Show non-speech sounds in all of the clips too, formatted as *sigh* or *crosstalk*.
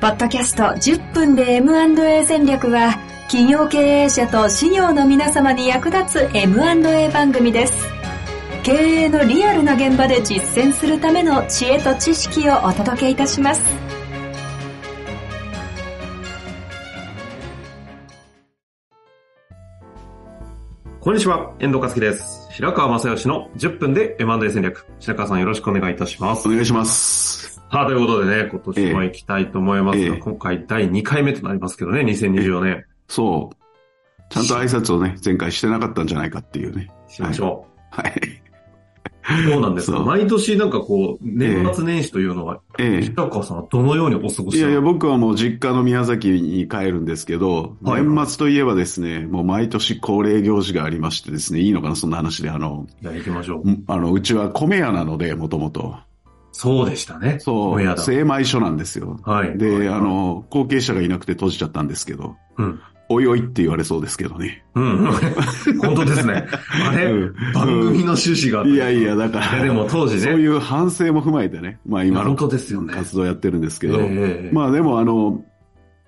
ポッドキャスト10分で M&A 戦略は、企業経営者と資業の皆様に役立つ M&A 番組です。経営のリアルな現場で実践するための知恵と知識をお届けいたします。こんにちは、遠藤和樹です。白川正義の10分で M&A 戦略。白川さんよろしくお願いいたしますお。願いします。さあ、ということでね、今年もええ行きたいと思いますが、ええ今回第2回目となりますけどね、2024年、そう。ちゃんと挨拶をね、前回してなかったんじゃないかっていうね。しましょはい。う。どうなんですかそう毎年なんかこう、年末年始というのは、ええ。白川さんはどのようにお過ごしいでやいすや、か僕はもう実家の宮崎に帰るんですけど、はい年末といえばですね、もう毎年恒例行事がありましてですね、いいのかな、そんな話で。あの、いや、行きましょう。んあの、うちは米屋なので、もともと。そうでしたね。そおやう、だ。精米所なんですよ。はい。で、あ、の、後継者がいなくて閉じちゃったんですけど、うん。おいおいって言われそうですけどね。うん。 *laughs* 本当ですね。あれ、うん番組の趣旨が。いやいや、だかいやら。でも当時ねそういう反省も踏まえてね、まあ今本の当ですよね。活動やってるんですけど、ええまあでもあの、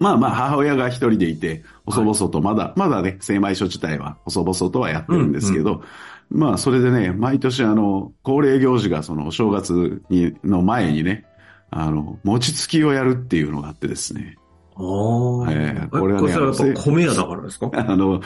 まあまあ母親が一人でいて、細々とまだ、まだね、精米所自体は細々とはやってるんですけど、まあそれでね、毎年あの、恒例行事がそのお正月にの前にね、あの、餅つきをやるっていうのがあってですね。ああ。ええここれれは、はねそれはやっぱ米屋だからですか *laughs* あの、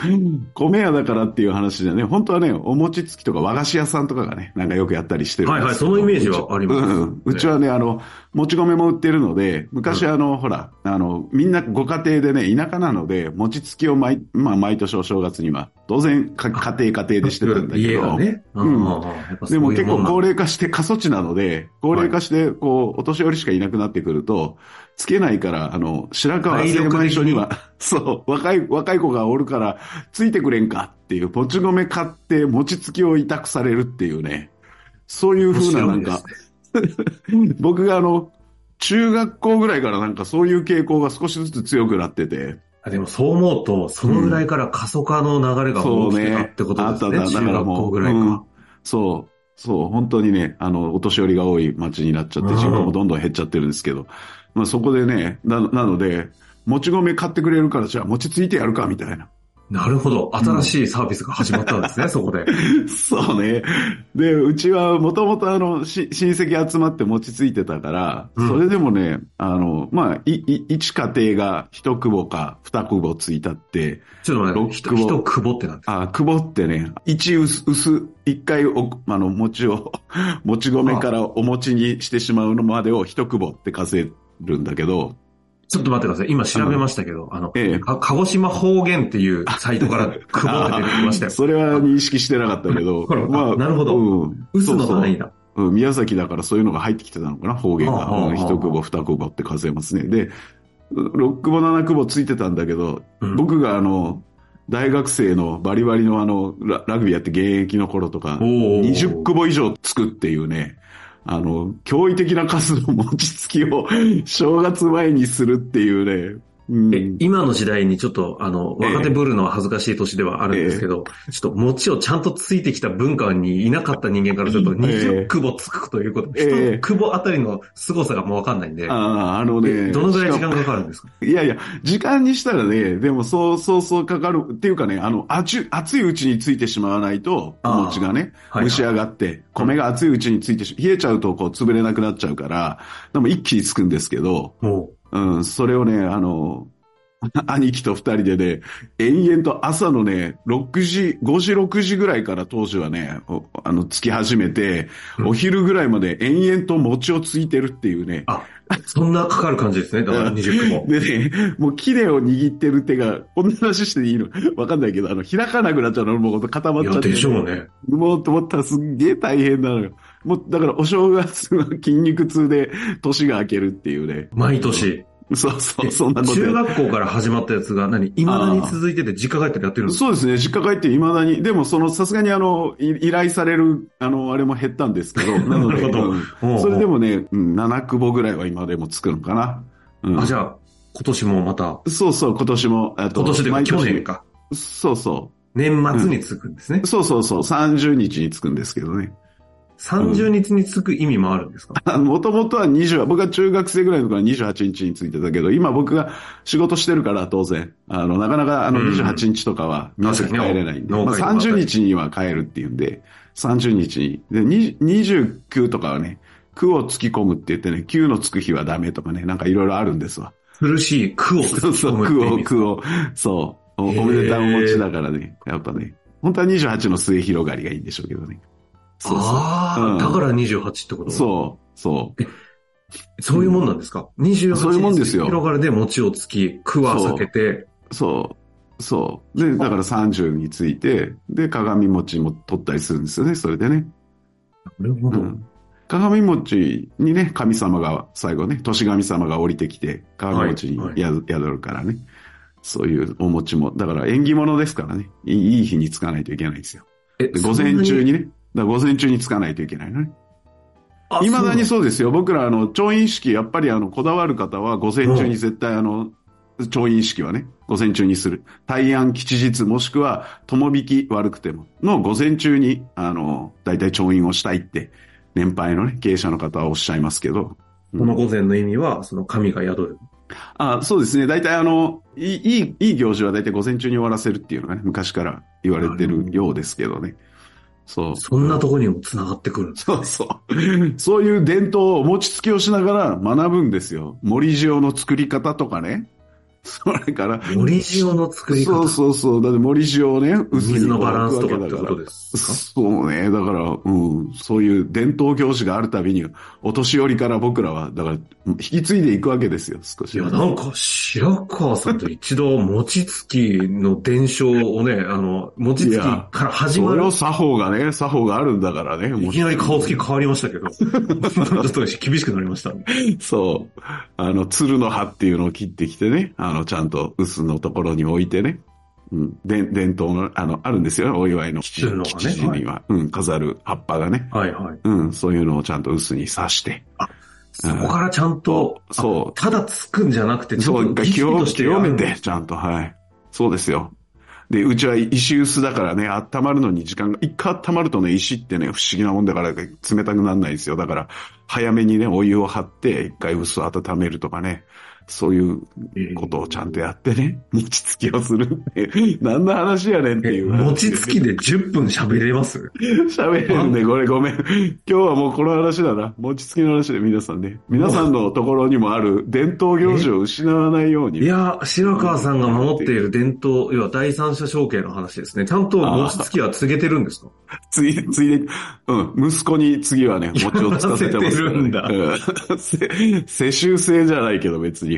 米屋だからっていう話じゃね、本当はね、お餅つきとか和菓子屋さんとかがね、なんかよくやったりしてるんですけどはいはいそのイメージはありますうちうんうちはね、あの、もち米も売ってるので、昔あの、ほら、あの、みんなご家庭でね、田舎なので、餅つきを毎、まあ、毎年お正月には、当然か、家庭家庭でしてたんだ *laughs* け家ど、がね。うんうんやっぱでそうもい結うもん構なん高齢化して過疎地なので、高齢化して、こう、お年寄りしかいなくなってくると、つけないから、あの、白川体精力的に米所には、そう、若い、若い子がおるから、ついてくれんかっていう、もち米買って、餅つきを委託されるっていうね、そういう風ななん面白いか、ですね僕があの、中学校ぐらいからなんかそういう傾向が少しずつ強くなってて、あでもそう思うと、そのぐらいから過疎化の流れがそ起きうてたっねてこ。とあでっすたね。だ、だ中から学も校う、ぐらいうかん。そう、そう、本当にね、あの、お年寄りが多い町になっちゃって、うん人口もどんどん減っちゃってるんですけど、まあそこでね、な、なので、もち米買ってくれるから、じゃあ餅ついてやるか、みた *laughs* いな。なるほど。新しいサービスが始まったんです *laughs* ね、そこで。そうね。で、うちはもともとあの、し親戚集まって餅ついてたから、うんそれでもね、あの、まあ、い、い、一家庭が一窪か二窪ついたって、ちょっと待って、ひとロックひをとくぼってなんですかあ、くぼってね、一薄、薄、一回お、あの、餅を、 *laughs* もち米からお餅にしてしまうのまでを一くぼって稼るんだけど、ちょっと待ってください。今調べましたけど、あの、ええ。か鹿児島方言っていうサイトからくぼって出てきましたよ。 *laughs* それは認識してなかったけど、ほらあ *laughs* なるほどうん。うすの単位そうだ。そううん宮崎だからそういうのが入ってきてたのかな、方言ああああが。うん一くぼ、二くぼって稼いますね。で、六くぼ、七くぼついてたんだけど、うん僕があの、大学生のバリバリのあの、ララグビーやって現役の頃とか、おー20久保以上つくっていうね、あの、驚異的な数の餅つきを正月前にするっていうね、うんえ今の時代にちょっと、あの、ええ若手ぶるのは恥ずかしい年ではあるんですけど、ちょっと餅をちゃんとついてきた文化にいなかった人間からすると、ええ20久保つくということ、ええ1久保あたりの凄さがもうわかんないんで、ああ、あのね、どのぐらい時間しかかかるんですかもいやいや、時間にしたらね、でもそうそうそうかかる、っていうかね、あの、熱い熱いうちについてしまわないと、おああ餅がね、はい蒸し上がって、米が熱いうちについてし、冷えちゃうとこう潰れなくなっちゃうから、でも一気につくんですけど、もうん、それをね、あの、 *laughs* 兄貴と二人でね、延々と朝のね、6時、5時、6時ぐらいから当時はね、おあの、つき始めて、うんお昼ぐらいまで延々と餅をついてるっていうね。う、そんなかかる感じですね、だから20久保。 *laughs* でね、もうキレを握ってる手が、こんな話していいのわかんないけど、あの、開かなくなっちゃうの、もう固まっいちゃや、って、でしょうね。もうと思ったらすっげえ大変なのよ。もう、だからお正月は筋肉痛で年が明けるっていうね。毎 *laughs* 年。そうそえう、そんなことや中って学校から始まったやつが何未だに続いてて実家帰ってやってるんですかそうですね、実家帰って未だに、でもその、さすがにあの、い依頼される、あの、あれも減ったんですけ *laughs* ど、なのなで、るほどうおうんおうそれでもね、うん、7窪ぐらいは今でもつくのかな。うんあ、じゃあ、今年もまた、そうそう、今年も、あと今年で毎去年か。そうそ年末につくんですねう。。そうそうそう、30日につくんですけどね。 30日につく意味もあるんですか、もともとは20、僕が中学生ぐらいの頃は28日についてたけど、今僕が仕事してるから当然、あの、なかなかあのうん28日とかは皆さん帰れない確かにんで、ま農あ、家に30日には帰るっていうんで、30日に。で、に29とかはね、9を突き込むって言ってね、9のつく日はダメとかね、なんかいろいろあるんですわ。苦しい苦をそうそう、含むって9を、意味9を、そう、おおめでたいお持ちだからね、やっぱね、本当は28の末広がりがいいんでしょうけどね。そうそう。ああ、うんだから28ってことそう、そう。そういうもんなんですか ?28 そういうもんですよ広がるで餅をつき、苦は避けて、そう。そう。で、だから30について、で、鏡餅も取ったりするんですよね、それでね。なるほうど。ん、鏡餅にね、神様が、最後ね、年神様が降りてきて、鏡餅にはいはいや宿るからね。そういうお餅も、だから縁起物ですからね、いいいい日につかないといけないんですよ。えで午前中に、にね、だから午前中につかないといけないのね。あいまだにそうそうですよ。僕ら、あの、調印式、やっぱり、あの、こだわる方は、午前中に絶対、あの、調印式はね、午前中にする。大安、吉日、もしくは、友引き、悪くても、の午前中に、あの、大体調印をしたいって、年配のね、経営者の方はおっしゃいますけど。この午前の意味は、その神が宿る。あそうですね。大体あの、いい、いいいい行事は大体午前中に終わらせるっていうのがね、昔から言われてるようですけどね。そう。そんなとこにも繋がってくるんです。そうそう。そういう伝統を餅つきをしながら学ぶんですよ。森塩の作り方とかね。それから。森塩の作りそ方う。そうそう。だって森塩をね、薄い水のバランスとかってこだかとら。ですかそうね。だから、うん。そういう伝統行事があるたびに、お年寄りから僕らは、だから、引き継いでいくわけですよ、少いし。や、なんか、白川さんと一度、餅つきの伝承を *laughs* ね、あの、餅つきから始まそれるを。作法がね、作法があるんだからね。いきなり顔つき変わりましたけど、 *laughs* ちょっと厳しくなりました。そう。あの、鶴の葉っていうのを切ってきてね、あの、ちゃんと臼のところに置いてね、うん、で伝統の、あの、あるんですよ、お祝いの吉鶴の葉ね吉時には、うん、飾る葉っぱがね、はいはい。うん、そういうのをちゃんと臼に刺して、そこからちゃんと、そただつくんじゃなくて、う、ちそょっう、と儀式清としてや清るめて、ちゃんと、はい。そうですよ。で、うちは石臼だからね、温まるのに時間が、一回温まるとね、石ってね、不思議なもんだから冷たくならないんですよ。だから、早めにね、お湯を張って、一回臼を温めるとかね、そういうえーことをちゃんとやってね、餅つきをするって、 *laughs* 何の話やねんってえいう。餅つきで10分喋れます喋れるね、これごめん。今日はもうこの話だな。餅つきの話で皆さんね。皆さんのところにもある伝統行事を失わないように。いや、白川さんが守っている伝統、要は第三者承継の話ですね。ちゃんと餅つきは告げてるんですかつい、ついで、うん、息子に次はね、餅をつかせてますからね、やらうん *laughs* せ世襲制じゃないけど別に。うん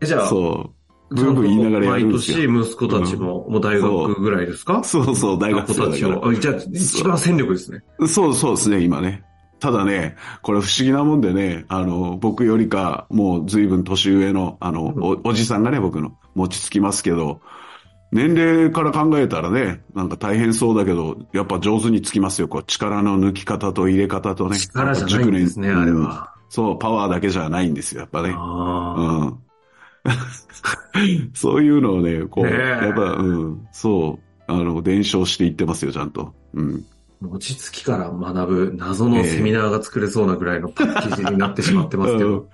えじゃあ、そう。ちゃブーんブとー言いながらやるん毎ですよ。年息子たちも、もう大学ぐらいですかそうそう、大学息生子だたかちらを。あじゃあ、一番戦力ですね。そうそうですね、今ね。ただね、これ不思議なもんでね、あの、僕よりか、もう随分年上の、あの、おおじさんがね、僕の、餅つきますけど、年齢から考えたらね、なんか大変そうだけど、やっぱ上手につきますよ、こう、力の抜き方と入れ方とね。力じゃないんですね、熟練あれうんは。そう、パワーだけじゃないんですよ、やっぱね。あーうん *laughs* そういうのをね、こう、ねえやっぱ、うん、そう、あの、伝承していってますよ、ちゃんと。うん。餅つきから学ぶ謎のセミナーが作れそうなぐらいのパッケージになってしまってますけ *laughs* うどん。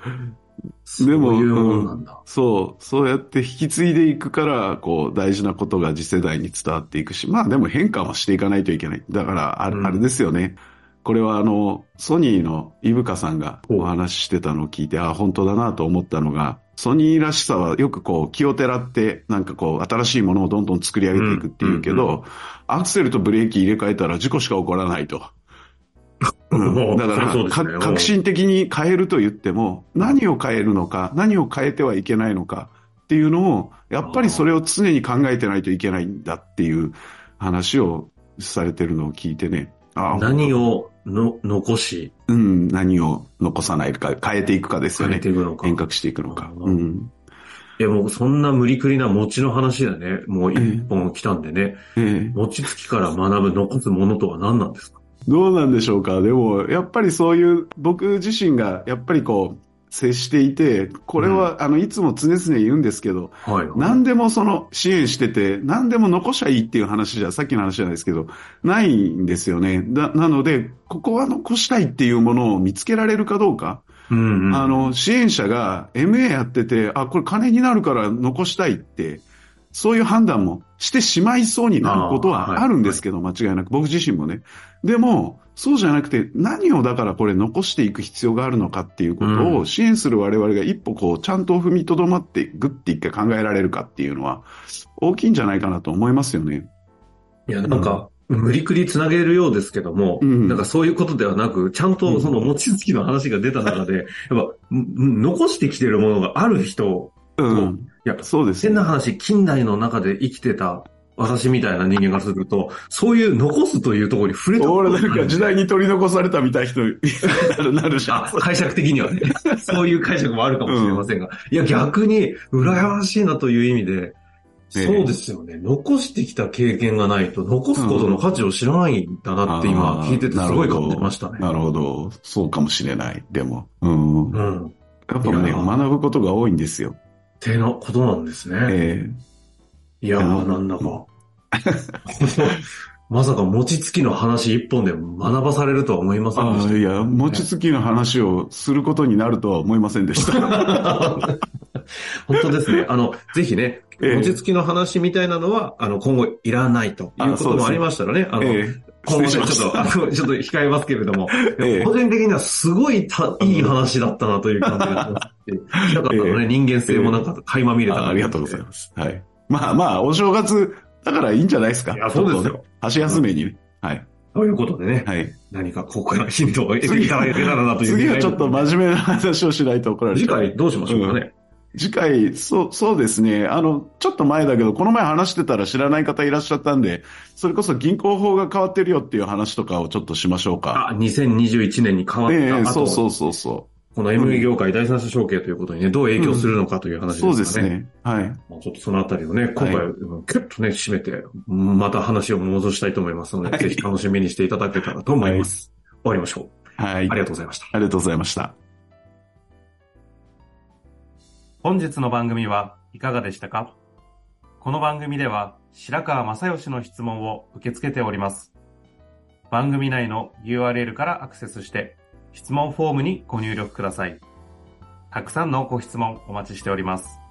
そういうもんなんだ。そう、そうやって引き継いでいくから、こう、大事なことが次世代に伝わっていくし、まあでも変化はしていかないといけない。だから、あれ,、うんあれですよね。これはあの、ソニーのイブカさんがほうお話ししてたのを聞いて、ああ、本当だなと思ったのが、ソニーらしさはよくこう、気をてらって、なんかこう、新しいものをどんどん作り上げていくっていうけど、うんうアクセルとブレーキ入れ替えたら事故しか起こらないと。うんだかそうらですねか、革新的に変えると言っても、何を変えるのか、何を変えてはいけないのかっていうのを、やっぱりそれを常に考えてないといけないんだっていう話をされてるのを聞いてね。あ何をの残し、うん、何を残さないか、変えていくかですよ変えねて。いくのか。変革していくのか。あーうん。いや、もうそんな無理くりな餅の話だね。もう一本来たんでね。ええ餅つきから学ぶ残すものとは何なんですかどうなんでしょうか。でも、やっぱりそういう、僕自身が、やっぱりこう、接していて、これは、あの、いつも常々言うんですけど、はい。何でもその支援してて、何でも残しゃいいっていう話じゃ、さっきの話じゃないですけど、ないんですよね。だなので、ここは残したいっていうものを見つけられるかどうか、うん、うん。あ、の、支援者が MA やってて、あ、これ金になるから残したいって、そういう判断もしてしまいそうになることあーはいはあるんですけど、間違いなく。僕自身もね。でも、そうじゃなくて、何をだからこれ残していく必要があるのかっていうことうを支援する我々が一歩こう、ちゃんと踏みとどまって、ぐって一回考えられるかっていうのは、大きいんじゃないかなと思いますよね。いや、なんか、無理くりつなげるようですけども、うんなんかそういうことではなく、ちゃんうとんその望月の話が出た *laughs* 中で、やっぱ、ん残してきてるものがある人、うん。いやそうです変な話、近代の中で生きてた私みたいな人間がすると、そういう残すというところに触れたこと *laughs* 俺がなんか時代に取り残されたみたい *laughs* な人になるなるじゃんあ。解釈的に *laughs* はね、そういう解釈もあるかもしれませんが、いや、逆に、羨ましいなという意味で、ええそうですよね。残してきた経験がないと、残すことの価値を知らないんだなって今、あー聞いててすごい感じましたね。なるほど。そうかもしれない。でも。うん。うやん。っっぱいね、や学ぶことが多いんですよ。てなことなんですね。えいやいやー、なんだか。 *laughs* このまさか餅つきの話一本で学ばされるとは思いまえせんでああ、いや、餅つきの話をすることになるとは思いませんでし *laughs* た。本当ですね。あの、ぜひね、ええ餅つきの話みたいなのは、あの、今後いらないということもありましたらね、あの、ええ今後ねちょっ失礼しと、あの、ちょっと控えますけれ *laughs* ども、ええ個人的にはすごいたいい話だったなという感じがしますし。なかったのね、人間性もなんか垣間見れたあなありがとうございまます。はい。まあまあ、お正月だからいいんじゃないですか。いや、そうですちょっとよね。。箸休めにね。はい。ということでね、はい。何かここからヒントを得ていただけたらなという。次はちょっと真面目な話をしないと怒られ次ちゃう。回どうしましょうかね。次回、そう、そうですね。あの、ちょっと前だけど、この前話してたら知らない方いらっしゃったんで、それこそ銀行法が変わってるよっていう話とかをちょっとしましょうか。あ、2021年に変わえったえ後そうそうそうそこの ME 業界第三者承継ということにね、どう影響するのかというう。話ですかそね。うです。ね。はい。まあ、ちょっとそのあたりをね、今回、はいうんキュッとね、締めて、また話を戻したいと思いますので、はいぜひ楽しみにしていただけたらと思います。終わりましょう。はい。ありがとうございました。ありがとうございました。本日の番組はいかがでしたかこの番組では白川正義の質問を受け付けております。番組内の URL からアクセスして質問フォームにご入力ください。たくさんのご質問お待ちしております。